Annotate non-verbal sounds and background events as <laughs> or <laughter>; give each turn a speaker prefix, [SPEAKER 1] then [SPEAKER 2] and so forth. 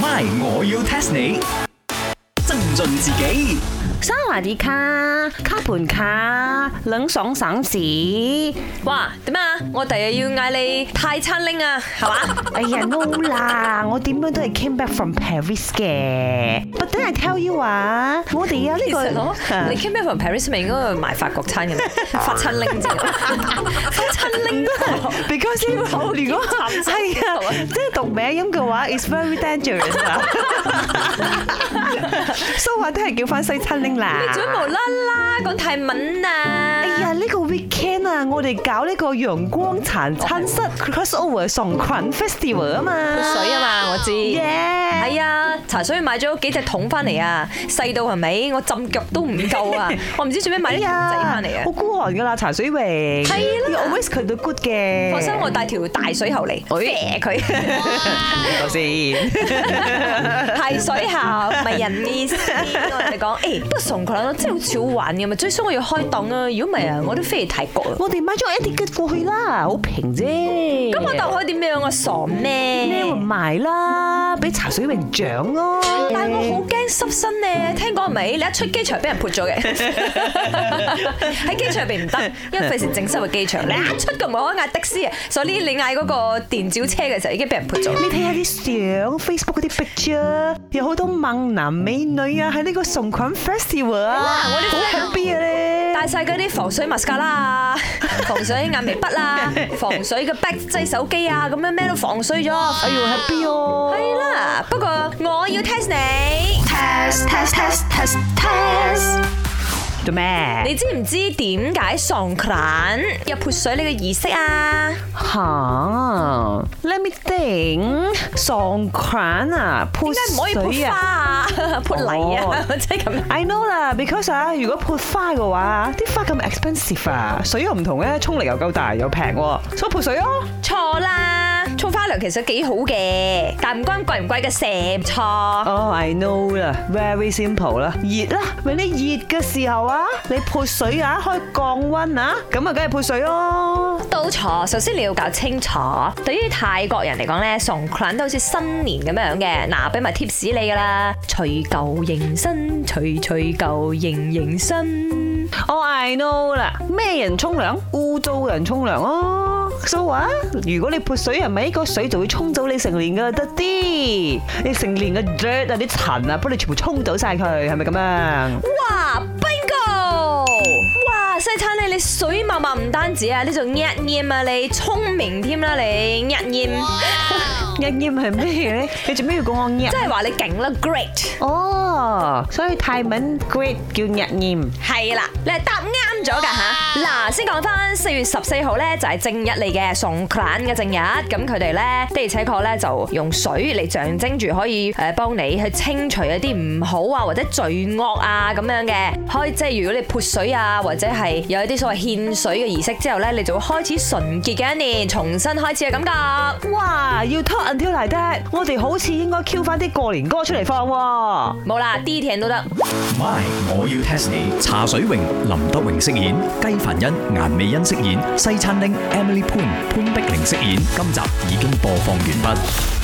[SPEAKER 1] My，我要 test 你。增進自己，
[SPEAKER 2] 沙華迪卡、卡盤卡、冷爽省子，
[SPEAKER 3] 哇，點啊？我第日要嗌你泰餐拎啊，
[SPEAKER 2] <laughs>
[SPEAKER 3] 係嘛？
[SPEAKER 2] 哎呀 no 啦，我點樣都係 came back from Paris 嘅。But then I tell you 啊，我哋有呢
[SPEAKER 3] 其實
[SPEAKER 2] <laughs>
[SPEAKER 3] 我
[SPEAKER 2] 個
[SPEAKER 3] 哦你 came back from Paris 咪應該去買法國
[SPEAKER 2] <laughs>
[SPEAKER 3] 餐嘅咩？法餐拎啫，法餐拎。
[SPEAKER 2] because 呢個如
[SPEAKER 3] <laughs>
[SPEAKER 2] 果係啊，即係讀名音嘅話，is very dangerous 啊。So 話都係叫翻西餐拎啦。
[SPEAKER 3] 你做咩無啦啦講泰文啊？
[SPEAKER 2] 哎呀，呢個 weekend 啊，我哋搞呢個陽光殘餐室 crossover 送菌 festival 啊嘛，
[SPEAKER 3] 潑水啊嘛，我知。
[SPEAKER 2] 耶！
[SPEAKER 3] 係啊，茶水買咗幾隻桶翻嚟啊，細到係咪？我浸腳都唔夠
[SPEAKER 2] <laughs>
[SPEAKER 3] 啊！我唔知做咩買啲桶仔翻嚟啊
[SPEAKER 2] 哎好！孤寒噶啦，茶水榮。
[SPEAKER 3] 係啦
[SPEAKER 2] You always 佢到 good 嘅。
[SPEAKER 3] 放心，我帶條大水喉嚟
[SPEAKER 2] 哎
[SPEAKER 3] 射佢。
[SPEAKER 2] 邊個先？
[SPEAKER 3] <laughs> 係水喉，唔係人意思。我同你講，誒，不過送佢啦，真係好似好玩咁啊！最衰我要開檔啊，如果唔係啊，我都飛去泰國啊！
[SPEAKER 2] 我哋買咗 e t i c 過去啦，好平啫。咁
[SPEAKER 3] 咁我答開點樣啊？傻
[SPEAKER 2] 你
[SPEAKER 3] 咩？
[SPEAKER 2] 埋啦，俾茶水榮獎咯。
[SPEAKER 3] 但係我好驚濕身咧，聽講係咪？你一出機場俾人潑咗嘅，喺機場入邊唔得，因為費事整濕個機場。你一出個門口嗌的士啊，所以你嗌嗰個電召車嘅時候已經俾人潑咗。
[SPEAKER 2] 你睇下啲相，Facebook 嗰啲 picture，有好多猛男美女啊，喺呢個送菌 festival 啊，
[SPEAKER 3] 我啲
[SPEAKER 2] 好 happy 啊咧。
[SPEAKER 3] 戴晒嗰啲防水 mascara
[SPEAKER 2] <laughs>
[SPEAKER 3] 啊，防水眼眉筆啊，防水嘅 back 擠手機啊，咁樣咩都防水咗。
[SPEAKER 2] 哎呦 happy 哦。
[SPEAKER 3] 係啦，不過我要 test 你。
[SPEAKER 4] test test test test test
[SPEAKER 2] 做咩？
[SPEAKER 3] 你知唔知點解喪款有潑水呢個儀式啊？
[SPEAKER 2] 吓，let me think，喪款啊，潑
[SPEAKER 3] 點解唔可以
[SPEAKER 2] 水
[SPEAKER 3] 潑花
[SPEAKER 2] 啊
[SPEAKER 3] 啊、潑泥啊？ <laughs>
[SPEAKER 2] 哦
[SPEAKER 3] 即係咁。
[SPEAKER 2] ！I know 啦，because 啊，如果潑花嘅話，啲花咁 expensive 啊，水又唔同咧，沖力又夠大又平喎，所以潑水咯。
[SPEAKER 3] 錯啦，沖花涼其實幾好嘅，但唔關貴唔貴嘅事，錯。
[SPEAKER 2] 哦，I know 啦，very simple 啦，熱啦，咪你熱嘅時候啊，你潑水啊，可以降溫啊，咁啊，梗係潑水咯。
[SPEAKER 3] 都錯，首先你要搞清楚。對於泰國人嚟講咧，送 c 都好似新年咁樣嘅。嗱，俾埋 tips 你噶啦，除舊迎新，除除舊迎迎新。
[SPEAKER 2] 哦，I know 啦，咩人沖涼？污糟嘅人沖涼咯。So 啊，如果你潑水係咪個水就會沖走你成年嘅得啲，你成年嘅 dirt 啊啲塵啊，幫你全部沖走晒佢，係咪咁樣？
[SPEAKER 3] 哇，bingo！哇，西餐你你水默默唔單止啊，呢仲一念啊你，聰明添啦你，一念， <laughs>
[SPEAKER 2] 一閹係咩咧？你做咩要講我閹
[SPEAKER 3] 即？係話你勁啦，great！
[SPEAKER 2] 哦，所以泰文 great 叫一閹。
[SPEAKER 3] 係啦，你係答啱咗㗎吓。嗱，先講翻四月十四號咧，就係正日嚟嘅送 c 嘅正日。咁佢哋咧的而且確咧就用水嚟象徵住可以誒幫你去清除一啲唔好啊或者罪惡啊咁樣嘅。可以即係如果你潑水啊或者係有一啲所謂獻水嘅儀式之後咧，你就會開始純潔嘅一年，重新開始嘅感覺。
[SPEAKER 2] 哇，要 talk until like that，我哋好似應該 Q 翻啲過年歌出嚟放喎。
[SPEAKER 3] 冇啦，D 田都得。
[SPEAKER 1] My，我要 test 你。茶水榮、林德榮飾演，雞凡欣、顏美欣飾演，西餐廳 Emily Poon 潘碧玲飾演。今集已經播放完畢。